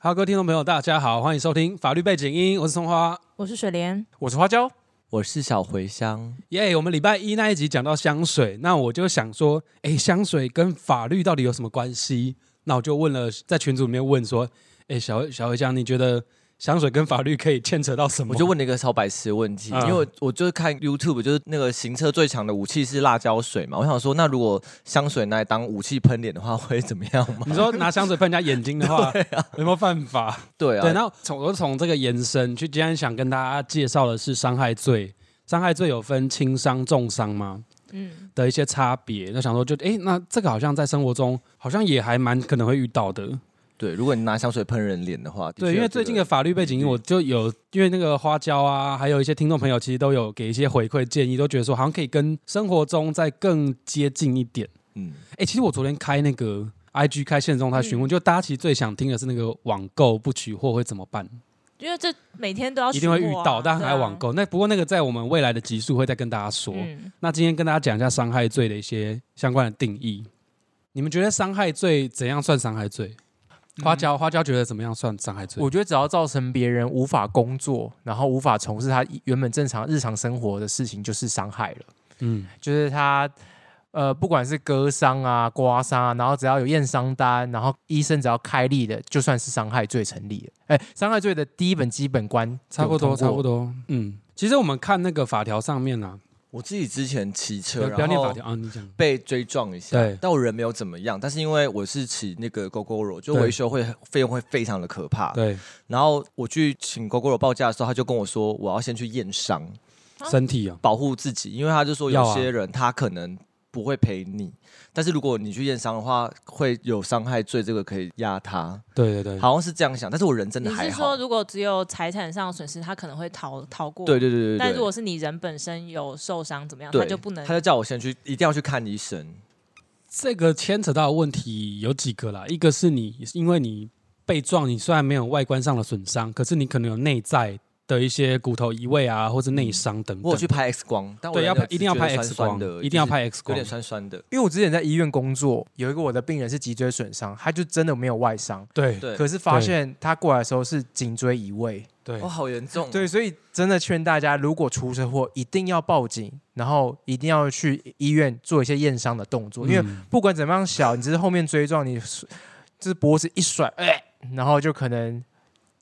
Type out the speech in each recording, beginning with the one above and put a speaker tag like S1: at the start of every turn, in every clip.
S1: 哈喽，各位听众朋友，大家好，欢迎收听法律背景音，我是松花，
S2: 我是水莲，
S3: 我是花椒。
S4: 我是小茴香，
S1: 耶、我们礼拜一那一集讲到香水，那我就想说，哎、香水跟法律到底有什么关系？那我就问了，在群组里面问说，哎、小小茴香，你觉得香水跟法律可以牵扯到什么？
S4: 我就问了一个超白痴的问题，
S1: 嗯
S4: 因为我我就是看 YouTube，就是那个行车最强的武器是辣椒水嘛，我想说，那如果香水拿来当武器喷脸的话，会怎么样吗？
S1: 你说拿香水喷人家眼睛的 话，有没有犯法？
S4: 对 啊，
S1: 对，那从我从这个延伸去，今天想跟大家介绍的是伤害罪。伤害罪有分轻伤、重伤吗？
S2: 嗯，
S1: 的一些差别，就想说就，诶，那这个好像在生活中好像也还蛮可能会遇到的。
S4: 对，如果你拿香水喷人脸的话，的
S1: 对，
S4: 确
S1: 因为
S4: 有这
S1: 最近
S4: 个
S1: 的法律背景，我就有因为那个花椒啊，还有一些听众朋友，其实都有给一些回馈建议，都觉得说好像可以跟生活中再更接近一点。
S4: 嗯，
S1: 诶，其实我昨天开那个 IG 开现实动态询问，就大家其实最想听的是那个网购不取货会怎么办？
S2: 因为这每天都要啊
S1: 一定会遇到，但
S2: 是
S1: 还有网，购。那不过那个在我们未来的集数会再跟大家说。
S2: 对啊嗯，
S1: 那今天跟大家讲一下伤害罪的一些相关的定义。你们觉得伤害罪怎样算伤害罪？花
S2: 嗯
S1: 椒，花椒觉得怎么样算伤害罪？
S3: 我觉得只要造成别人无法工作，然后无法从事他原本正常日常生活的事情，就是伤害了。
S1: 嗯，
S3: 就是他呃，不管是割伤啊、刮伤啊，然后只要有验伤单，然后医生只要开立的，就算是伤害罪成立了。哎，伤害罪的第一本基本观
S1: 差不多，差不
S3: 多。
S1: 多。嗯，其实我们看那个法条上面啊，
S4: 我自己之前骑
S1: 不要
S4: 车，
S1: 不要
S4: 然
S1: 念法
S4: 后
S1: 条啊，你讲。
S4: 被追撞一下
S1: 对，
S4: 但我人没有怎么样，但是因为我是骑那个 GoGoRo，就
S1: 对
S4: 维修会费用会非常的可怕，
S1: 对，
S4: 然后我去请 GoGoRo 报价的时候，他就跟我说我要先去验伤，
S2: 啊
S1: 身体啊，
S4: 保护自己，因为他就说
S1: 要
S4: 有
S1: 啊
S4: 些人他可能不会陪你，但是如果你去验伤的话，会有伤害罪，这个可以压他，
S1: 对对对，
S4: 好像是这样想，但是我人真的
S2: 你
S4: 还
S2: 是
S4: 好
S2: 说，如果只有财产上的损失，他可能会逃逃过，
S4: 对对对对
S2: 但如
S4: 对
S2: 果是你人本身有受伤怎么样，
S4: 对，
S2: 他就不能
S4: 他就叫我先去，一定要去看医生，
S1: 这个牵扯到的问题有几个啦，一个是你因为你被撞，你虽然没有外观上的损伤，可是你可能有内在的一些骨头移位啊，或者内伤等
S4: 我有去
S1: 等。
S4: 拍 X 光，但我
S1: 对，
S4: 人
S1: 要
S4: 有
S1: 拍一定要
S4: 觉得
S1: 拍
S4: 酸
S1: X
S4: 酸
S1: 光
S4: 的，，
S1: 一定要
S4: 就是
S1: 拍 X
S4: 有
S1: 光
S4: 点。酸酸的，
S3: 因为我之前在医院工作，有一个我的病人是脊椎损伤，他就真的没有外伤，
S1: 对
S4: 对，
S3: 可是发现他过来的时候是颈椎移位。
S1: 对
S4: 哇，好严重，
S3: 对，所以真的劝大家，如果出车祸，一定要报警，然后一定要去医院做一些验伤的动作，因为
S1: 嗯
S3: 不管怎么样小，你只是后面追撞，你就是脖子一甩，哎、然后就可能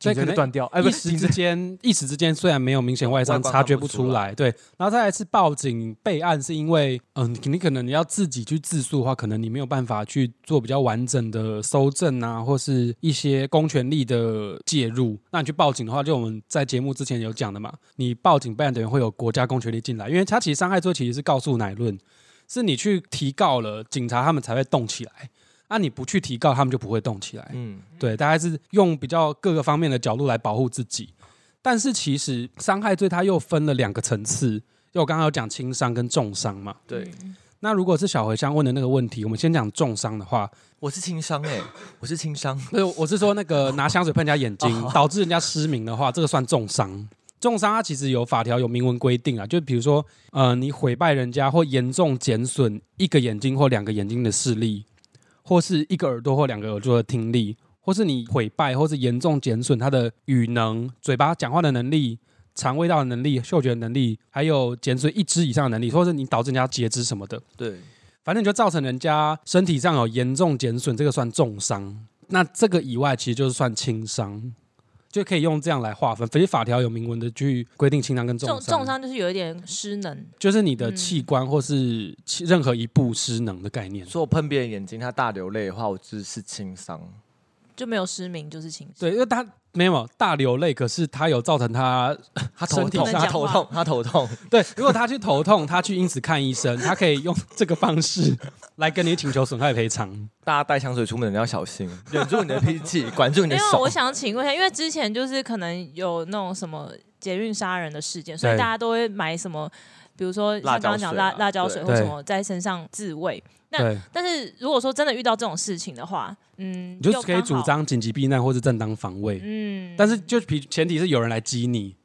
S1: 所
S3: 颈
S1: 以可
S3: 椎就
S1: 能
S3: 断掉，哎、不
S1: 一
S3: 是
S1: 时
S3: 颈
S1: 之
S3: 椎，
S1: 间，一时之间虽然没有明显外伤，
S4: 外观
S1: 察觉
S4: 看不
S1: 不
S4: 出
S1: 出来。对，然后再来是报警备案，是因为嗯，你你可能你要自己去自诉的话，可能你没有办法去做比较完整的搜证啊，或是一些公权力的介入。那你去报警的话，就我们在节目之前有讲的嘛，你报警备案等于会有国家公权力进来，因为它其实伤害罪其实是告诉乃论，是你去提告了，警察他们才会动起来。那、你不去提告，他们就不会动起来。
S4: 嗯，
S1: 对，大概是用比较各个方面的角度来保护自己。但是其实伤害罪它又分了两个层次，因为我刚刚有讲轻伤跟重伤嘛。
S4: 对，
S2: 嗯
S1: 那如果是小茴香问的那个问题，我们先讲重伤的话，
S4: 我是轻伤哎，我是轻伤，
S1: 那我是说那个拿香水喷人家眼睛导致人家失明的话，这个算重伤。重伤它其实有法条有明文规定啊，就比如说，呃，你毁败人家或严重减损一个眼睛或两个眼睛的视力，或是一个耳朵或两个耳朵的听力，或是你毁败或是严重减损他的语能、嘴巴讲话的能力、肠胃道的能力、嗅觉的能力，还有减损一肢以上的能力，或是你导致人家截肢什么的。
S4: 对，
S1: 反正你就造成人家身体上有严重减损，这个算重伤。那这个以外，其实就是算轻伤，就可以用这样来划分。反正法条有明文的去规定轻伤跟重
S2: 重
S1: 伤，
S2: 重伤就是有一点失能，
S1: 就是你的器官或是器任何一部失能的概
S2: 嗯
S1: 念。
S4: 说我喷别人眼睛，他大流泪的话，我就是轻伤，
S2: 就没有失明，就是情绪。
S1: 对，因为他没有大流泪，可是他有造成他
S4: 他头
S1: 身体
S4: 痛，
S2: 上
S4: 他头痛，他头痛，
S1: 对，如果他去头痛，他去因此看医生，他可以用这个方式来跟你请求损害赔偿。
S4: 大家带香水出门要小 心，忍住你的脾气，管住你
S2: 因
S4: 的
S2: 为
S4: 手
S2: 我。想请问一下，因为之前就是可能有那种什么捷运杀人的事件，所以
S1: 对
S2: 大家都会买什么，比如说像
S4: 辣椒
S2: 刚刚讲
S4: 水啊
S2: 辣辣椒水
S4: 对
S2: 或什么在身上自卫。那
S1: 对，
S2: 但是如果说真的遇到这种事情的话，嗯，
S1: 你就
S2: 又
S1: 可以
S2: 刚好
S1: 主，张紧急避难或是正当防卫。
S2: 嗯，
S1: 但是就比前提是有人来激你，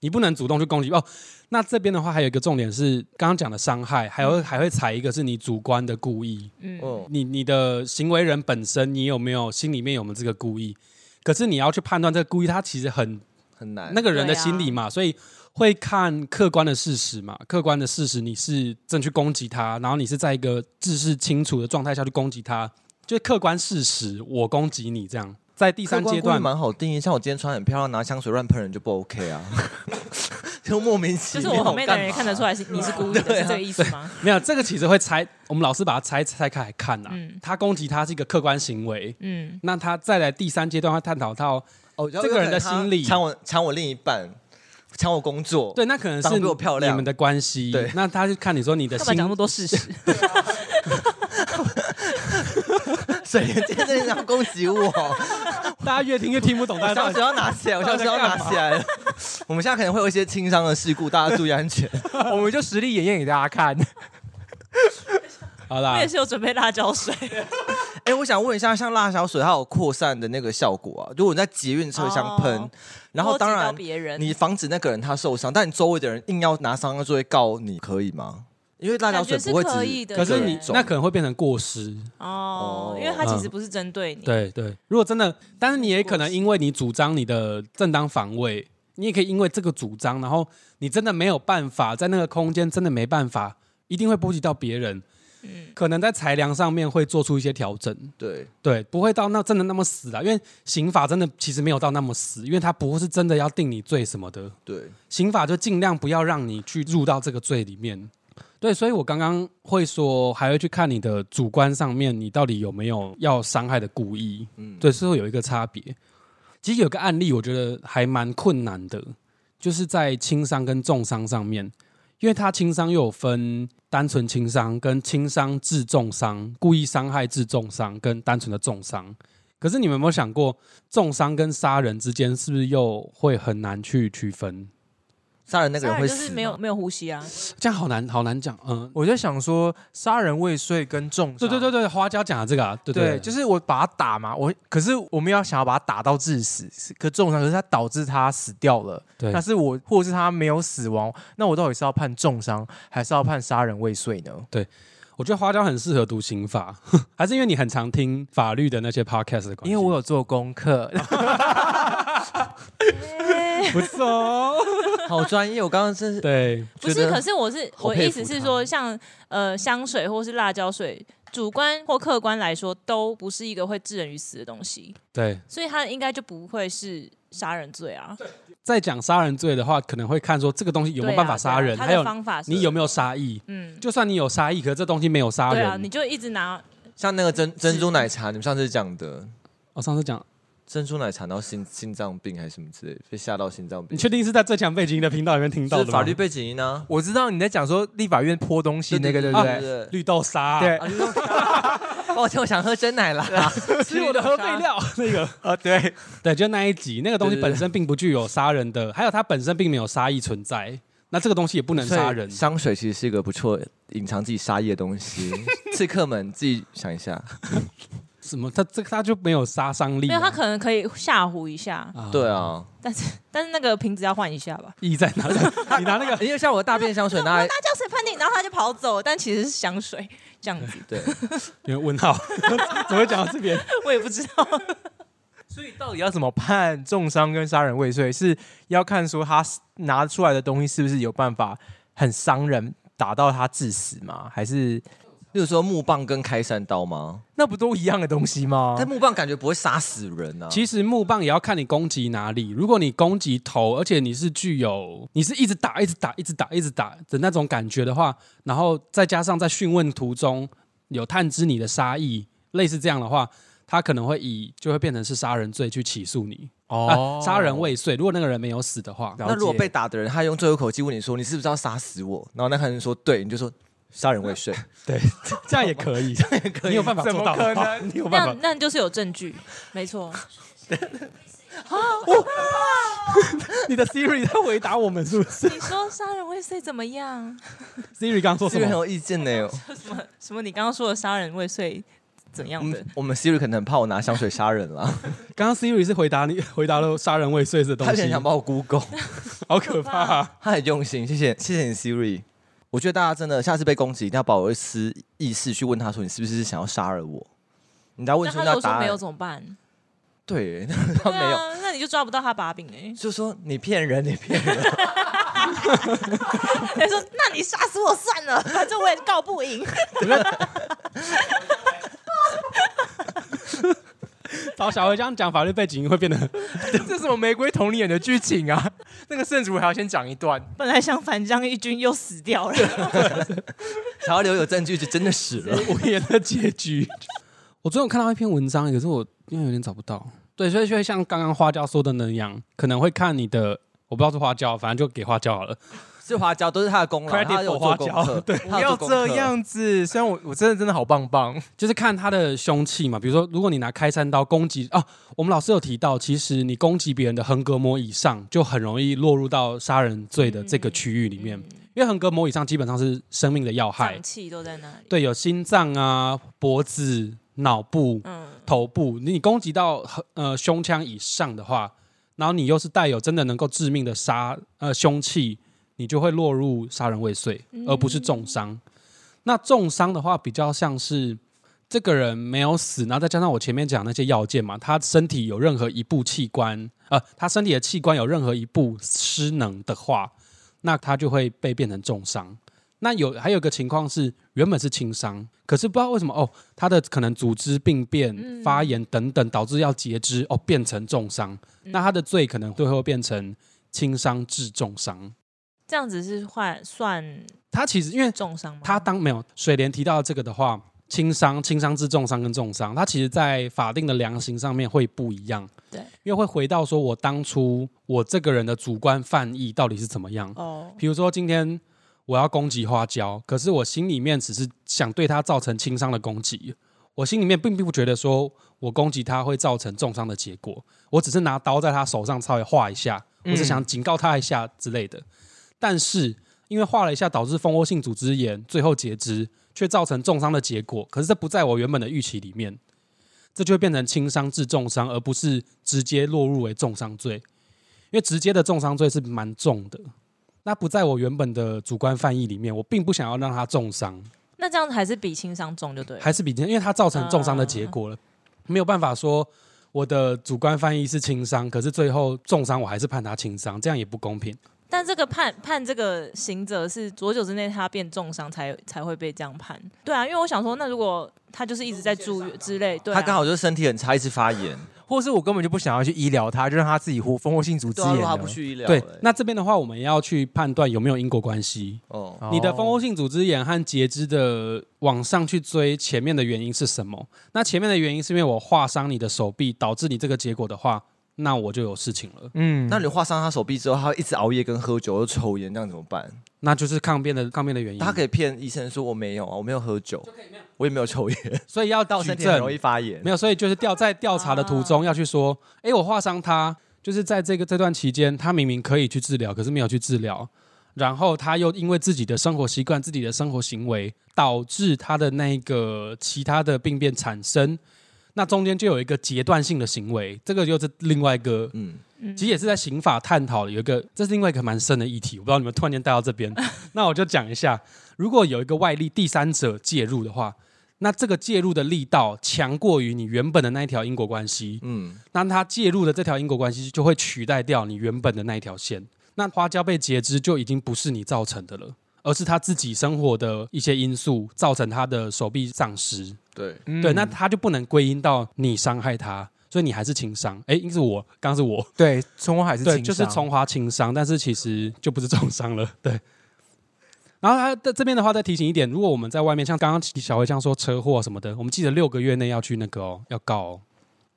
S1: 你不能主动去攻击哦。那这边的话还有一个重点是，刚刚讲的伤害，还有还会踩一个是你主观的故意，
S2: 嗯，
S4: 嗯，
S1: 你你的行为人本身你有没有心里面有没有这个故意？可是你要去判断这个故意，他其实很
S4: 很
S2: 呃
S4: 难。
S1: 那个人的心
S2: 啊
S1: 理嘛，所以会看客观的事实嘛。客观的事实，你是正去攻击他，然后你是在一个自视清楚的状态下去攻击他，就是客观事实，我攻击你这样。在第
S4: 第
S1: 三阶段，
S4: 蛮好定义，像我今天穿很漂亮，拿香水乱喷人就不 OK 啊，就莫名其
S2: 就
S4: 妙。
S2: 是我旁边的人也
S4: 干嘛
S2: 看
S4: 啊
S2: 得出来是你是故意的，
S4: 对啊
S2: 是这个意思吗？
S1: 没有这个其实会拆，我们老师把它拆拆开来看呐、
S2: 嗯
S1: 他攻击他是一个客观行为，
S2: 嗯，
S1: 那他再来第三阶段，他探讨到
S4: 哦，
S1: 这个人的心理
S4: 抢我抢我另一半，抢我工作，
S1: 对，那可能是
S4: 长得比我漂亮
S1: 你们的关系。
S4: 对
S1: 那他就看你说你的
S2: 干嘛
S1: 心
S2: 讲那么多事实？
S4: 谁今天这样攻击 我？
S1: 大家越听越听不懂，大家
S4: 我
S1: 到
S4: 香
S1: 底
S4: 水要拿起来，我香水要拿起来了。 我们现在可能会有一些轻伤的事故，大家注意安全。
S3: 我们就实力演练给大家看。
S1: 好
S2: 我
S1: 啦
S2: 也。是有准备辣椒水，
S4: 哎、我想问一下，像辣椒水它有扩散的那个效果啊？如果你在捷运车厢喷，
S2: 哦
S4: 然后当
S2: 波及到
S4: 然
S2: 别人
S4: 你防止那个人他受伤，但你周围的人硬要拿伤就会告你，可以吗？因为辣椒水
S2: 感觉是
S4: 不会只
S2: 可以的
S1: 可是你
S2: 对
S1: 那可能会变成过失，
S2: 哦
S4: 哦，
S2: 因为他其实不是针对你，
S1: 对对。如果真的，但是你也可能因为你主张你的正当防卫，你也可以因为这个主张，然后你真的没有办法在那个空间，真的没办法，一定会波及到别人。
S2: 嗯
S1: 可能在裁量上面会做出一些调整，
S4: 对
S1: 对，不会到那真的那么死啊，因为刑法真的其实没有到那么死，因为它不是真的要定你罪什么的，
S4: 对，
S1: 刑法就尽量不要让你去入到这个罪里面。对，所以我刚刚会说，还会去看你的主观上面，你到底有没有要伤害的故意，
S4: 嗯，
S1: 对，是会有一个差别。其实有个案例，我觉得还蛮困难的，就是在轻伤跟重伤上面，因为它轻伤又有分单纯轻伤、跟轻伤致重伤、故意伤害致重伤跟单纯的重伤。可是你们有没有想过，重伤跟杀人之间是不是又会很难去区分？
S4: 杀人那个
S2: 当然
S4: 人会
S2: 就是
S4: 死吗，
S2: 没 有没有呼吸啊，
S1: 这样好难，好难讲。嗯、
S3: 我就想说，杀人未遂跟重伤，
S1: 对对对对，花椒讲的这个啊，对
S3: 对
S1: 对，
S3: 就是我把他打嘛，我可是我们要想要把他打到致死，是可重伤，可是他导致他死掉了，
S1: 对
S3: 那是我或者是他没有死亡，那我到底是要判重伤，还是要判杀人未遂呢？
S1: 我觉得花椒很适合读刑法， 还是因为你很常听法律的那些 podcast 的关系。
S3: 因为我有做功课，
S1: 不错，哦
S4: 好专业。我刚刚真是
S1: 对，
S2: 不
S4: 觉
S2: 是，
S4: 得
S2: 可是我是
S4: 好
S2: 我
S4: 佩
S2: 意
S4: 服
S2: 思是
S4: 他
S2: 说，像呃香水或是辣椒水，主观或客观来说，都不是一个会致人于死的东西，
S1: 对，
S2: 所以它应该就不会是杀人罪啊。
S1: 在讲杀人罪的话，可能会看说这个东西有没有
S2: 对啊
S1: 办法杀人，
S2: 对啊
S1: 还
S2: 它的
S1: 有
S2: 方法是
S1: 你有没有杀意。
S2: 嗯，
S1: 就算你有杀意，可是这东西没有杀
S2: 对
S1: 人。
S2: 啊，你就一直
S4: 哎
S2: 拿
S4: 像那个珍珍珠奶茶，你们上次讲的
S1: 我上次讲，
S4: 珍珠奶茶，然后心心脏病还是什么之类，被吓到心脏
S1: 你
S4: 病，
S1: 确定是在最强背景的频道里面听到
S4: 就
S1: 的
S4: 是
S1: 吗？
S4: 法律背景音啊呢、
S3: 我知道你在讲说立法院泼东西那个，对不对？
S4: 对
S1: 绿豆沙、
S3: 对，
S4: 啊，抱哦歉，我想喝真奶啦。
S1: 是我的核废料 那个。
S3: 啊，对，
S1: 对，就那一集，那个东西
S4: 对对对
S1: 本身并不具有杀人的，还有它本身并没有杀意存在。那这个东西也不能杀人。
S4: 香水其实是一个不错隐藏自己杀意的东西。刺客们自己想一下，
S1: 什么？它这它就没有杀伤力、
S2: 没有，他
S1: 啊。
S2: 可能可以吓唬一下，
S4: 对啊，
S2: 但是但是那个瓶子要换一下吧。
S1: 意义在哪？ 你拿那个
S4: 因为像我的大便香水拿来，
S2: 辣椒水喷你，然后他就跑走，但其实是香水这样子，
S4: 对，
S1: 有问号， 怎么会讲到这边？
S2: 我也不知道。
S3: 所以到底要怎么判重伤跟杀人未遂，是要看说他拿出来的东西是不是有办法很伤人，打到他致死吗？还是
S4: 例如说木棒跟开山刀吗？
S3: 那不都一样的东西吗？
S4: 但木棒感觉不会杀死人啊。
S1: 其实木棒也要看你攻击哪里。如果你攻击头，而且你是具有你是一直打、一直打、一直打、一直打的那种感觉的话，然后再加上在讯问途中有探知你的杀意，类似这样的话，他可能会以就会变成是杀人罪去起诉你
S3: 哦
S1: 啊，杀、人未遂。如果那个人没有死的话，
S3: 了
S4: 那如果
S3: 解
S4: 被打的人，他用最后一口气问你说：“你是不是要杀死我？”然后那个人说：“对。”你就说：“杀人未遂。
S1: 对，这样也可 以，你有办法做到？
S3: 怎么可 能
S1: 你有
S2: 那
S1: 办
S2: 样
S1: 法？
S2: 那就是有证 据，没错。
S1: 你的 Siri 在回答我们是不是
S2: 你说杀人未遂怎么样？
S1: ？Siri 刚刚”说
S4: 这
S1: 什
S4: 个很
S1: 么？
S4: 有意见呢、
S2: 什么什么？你刚刚说的杀人未遂怎
S4: 我
S2: 样的
S4: 们？我们 Siri 可能很怕我拿香水杀人啦，
S1: 刚刚 Siri 是回答你 回答了杀人未遂的东
S4: 他可能
S1: 西，
S4: 想把我 Google。
S1: 好可怕、啊。
S4: 他很用心，谢谢谢谢你 Siri。我觉得大家真的下次被攻击，一定要保有一丝意识去问他说：“你是不是想要杀了我？”你要问
S2: 那
S4: 出
S2: 他如
S4: 那
S2: 果
S4: 答
S2: 说没
S4: 案
S2: 有，怎么办？
S4: 对，
S2: 对
S4: 他没有，
S2: 啊，那你就抓不到他把柄哎、
S4: 就说你骗人，你骗人。
S2: 他说：“那你杀死我算 了，反正我也告不 赢。
S1: 找小薇这样讲法律背景会变得
S3: 这是什么玫瑰童年的剧情啊？ 那个圣主还要先讲一段，”
S2: 本来想反将一军，又死掉了。
S4: 小刘有证据就真的死了。
S1: 无言的结局。 我最后看到一篇文章，可是我因为有点找不到。对，所以就像刚刚花椒说的那样，可能会看你的，我不知道是花椒，反正就给花椒好了。
S4: 是花椒，都是他的功劳，
S1: Credit
S4: 他有
S1: for
S4: 做
S1: 花
S4: 功
S1: 椒
S4: 课，
S3: 不
S4: 他有
S3: 要
S4: 做功课
S3: 这。样子。虽然我我真的真的好棒棒，
S1: 就是看他的凶器嘛，比如说，如果你拿开山刀攻击啊，我们老师有提到，其实你攻击别人的横膈膜以上，就很容易落入到杀人罪的这个区域里面，因为横膈膜以上基本上是生命的要害
S2: 脏，气都在那里。
S1: 对，有心脏啊、脖子、脑部、
S2: 嗯，
S1: 头部，你攻击到呃胸腔以上的话，然后你又是带有真的能够致命的杀呃凶器，你就会落入杀人未遂，而不是重伤。那重伤的话，比较像是这个人没有死，然后再加上我前面讲那些要件嘛，他身体有任何一部器官，呃，他身体的器官有任何一部失能的话，那他就会被变成重伤。那有还有一个情况是，原本是轻伤，可是不知道为什么哦，他的可能组织病变、发炎等等，导致要截肢哦，变成重伤。
S2: 嗯
S1: 那他的罪可能最后变成轻伤致重伤。
S2: 这样子是换算
S1: 他其实因为
S2: 重伤吗？
S1: 他当没有水莲提到这个的话，轻伤、轻伤致重伤跟重伤，他其实在法定的量刑上面会不一样。
S2: 对，
S1: 因为会回到说我当初我这个人的主观犯意到底是怎么样。
S2: 哦，
S1: 比如说今天我要攻击花椒，可是我心里面只是想对他造成轻伤的攻击，我心里面并不觉得说我攻击他会造成重伤的结果，我只是拿刀在他手上稍微划一下，我只想警告他一下之类的。但是因为划了一下，导致蜂窝性组织炎，最后截肢，却造成重伤的结果。可是这不在我原本的预期里面，这就会变成轻伤致重伤，而不是直接落入为重伤罪。因为直接的重伤罪是蛮重的，那不在我原本的主观犯意里面，我并不想要让他重伤，
S2: 那这样子还是比轻伤重就对了。
S1: 还是比因为他造成重伤的结果了，没有办法说我的主观犯意是轻伤，可是最后重伤我还是判他轻伤，这样也不公平。
S2: 但这个判判这个刑责是多久之内他变重伤才才会被这样判？对啊，因为我想说，那如果他就是一直在住院之类，对、啊，
S4: 他刚好就是身体很差，一直发炎，
S3: 或是我根本就不想要去医疗他，就让他自己活蜂窝性组织
S4: 对啊，
S3: 炎
S4: 如果
S3: 了。
S4: 他不去医疗，
S1: 对
S4: 欸，
S1: 那这边的话，我们要去判断有没有因果关系。
S4: 哦，
S3: 哦
S1: 你的蜂窝性组织炎和截肢的往上去追前面的原因是什么？那前面的原因是因为我划伤你的手臂，导致你这个结果的话，那我就有事情了。
S3: 嗯，
S4: 那你划伤他手臂之后，他会一直熬夜跟喝酒又抽烟，这样怎么办？
S1: 那就是抗辩的抗辩的原因。
S4: 他可以骗医生说我没有啊，我没有喝酒，我也没有抽 烟，
S1: 所以要
S4: 但我
S1: 举
S4: 身体很
S1: 证，
S4: 容易发炎
S1: 没。有，所以就是调在调查的途中要去说，诶，我划伤他，就是在这个这段期间，他明明可以去治疗，可是没有去治疗，然后他又因为自己的生活习惯、自己的生活行为，导致他的那个其他的病变产生，那中间就有一个截断性的行为，这个就是另外一个。
S4: 嗯，
S1: 其实也是在刑法探讨有一个，这是另外一个蛮深的议题，我不知道你们突然间带到这边，那我就讲一下，如果有一个外力第三者介入的话，那这个介入的力道强过于你原本的那一条因果关系，
S4: 嗯，
S1: 那他介入的这条因果关系就会取代掉你原本的那一条线。那花椒被截肢就已经不是你造成的了，而是他自己生活的一些因素造成他的手臂丧失。
S4: 对，
S3: 嗯
S1: 对，那他就不能归因到你伤害他，所以你还是情伤。哎，应该是我，刚刚是我，
S3: 对从我还是
S1: 对，
S3: 轻
S1: 就是
S3: 伤
S1: 从华情伤，但是其实就不是重伤了，对。然后他在这边的话，再提醒一点，如果我们在外面，像刚刚小慧这样说车祸啊什么的，我们记得六个月内要去那个哦，要告哦。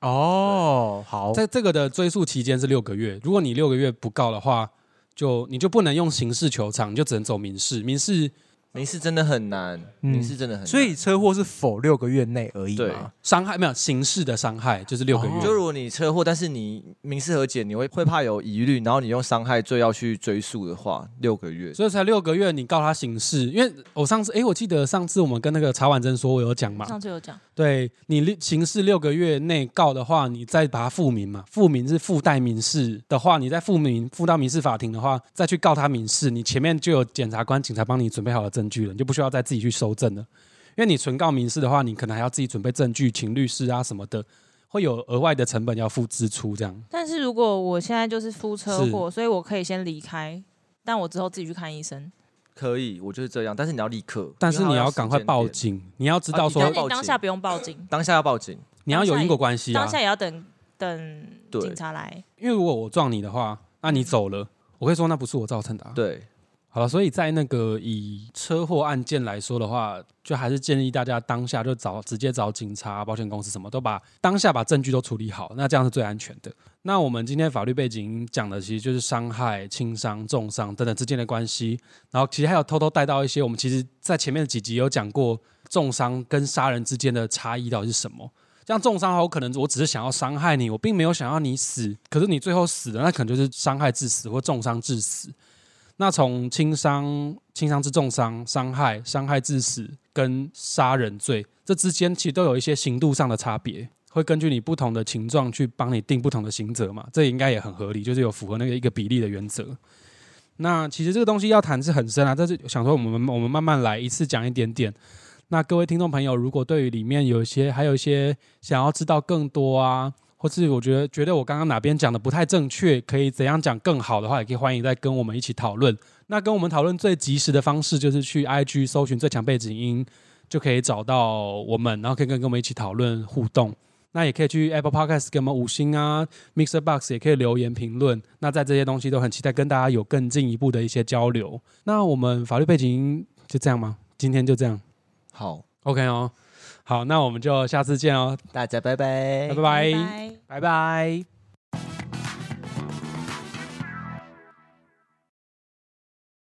S3: 哦，好，
S1: 在这个的追诉期间是六个月，如果你六个月不告的话，就你就不能用刑事求偿，你就只能走民事。民事
S4: 民事真的很难，
S3: 嗯
S4: 民事真的很难。
S3: 所以车祸是否六个月内而已
S4: 对
S3: 嘛？
S1: 伤害没有刑事的伤害就是六个月，
S3: 哦
S4: 就如果你车祸，但是你民事和解，你会会怕有疑虑，然后你用伤害罪要去追诉的话，六个月。
S1: 所以才六个月，你告他刑事，因为我上次诶，我记得上次我们跟那个查婉珍说，我有讲嘛，
S2: 上次有讲，
S1: 对你六刑事六个月内告的话，你再把它复民嘛，复民是附带民事的话，你再复民附到民事法庭的话，再去告他民事，你前面就有检察官、警察帮你准备好了证据了，你就不需要再自己去收证了。因为你纯告民事的话，你可能还要自己准备证据，请律师啊什么的，会有额外的成本要付支出，这样
S2: 但是如果我现在就是出车
S4: 嗯
S2: 祸，所以我可以先离开，但我之后自己去看医生。
S4: 可以，我就是这样，但是你要立刻，
S1: 但是你
S4: 因为它
S1: 要
S4: 时间
S1: 赶快报
S4: 点，
S1: 警，你要知
S4: 啊
S1: 道
S4: 你
S1: 说、
S2: 但
S4: 要
S2: 是你当下不用报警，
S4: 当下要报警。
S1: 你要有因果关系啊
S2: 当，下也要等等
S4: 对
S2: 警察来。
S1: 因为如果我撞你的话，那你走了，我会说那不是我造成的、啊。，
S4: 对，
S1: 好了，所以在那个以车祸案件来说的话，就还是建议大家当下就找直接找警察、保险公司什么都把当下把证据都处理好，那这样是最安全的。那我们今天法律背景讲的其实就是伤害、轻伤、重伤等等之间的关系，然后其实还有偷偷带到一些我们其实在前面几集有讲过重伤跟杀人之间的差异到底是什么。像重伤的话，我可能我只是想要伤害你，我并没有想要你死，可是你最后死了，那可能就是伤害致死或重伤致死。那从轻伤、轻伤致重伤、伤害、伤害致死跟杀人罪这之间，其实都有一些刑度上的差别，会根据你不同的情状去帮你定不同的刑责嘛。这应该也很合理，就是有符合那个一个比例的原则。那其实这个东西要谈是很深啊，但是想说我们我们慢慢来，一次讲一点点。那各位听众朋友，如果对于里面有一些还有一些想要知道更多啊，或是我觉得觉得我刚刚哪边讲的不太正确，可以怎样讲更好的话，也可以欢迎再跟我们一起讨论。那跟我们讨论最及时的方式就是去 IG 搜寻最强背景音，就可以找到我们，然后可以跟跟我们一起讨论互动。那也可以去 Apple Podcast 给我们五星啊，Mixer Box 也可以留言评论。那在这些东西都很期待跟大家有更进一步的一些交流。那我们法律背景音就这样吗？今天就这样
S4: 好，
S1: ，OK 哦。好，那我们就下次见哦，
S4: 大家拜拜
S1: 拜拜
S2: 拜。
S3: 拜拜。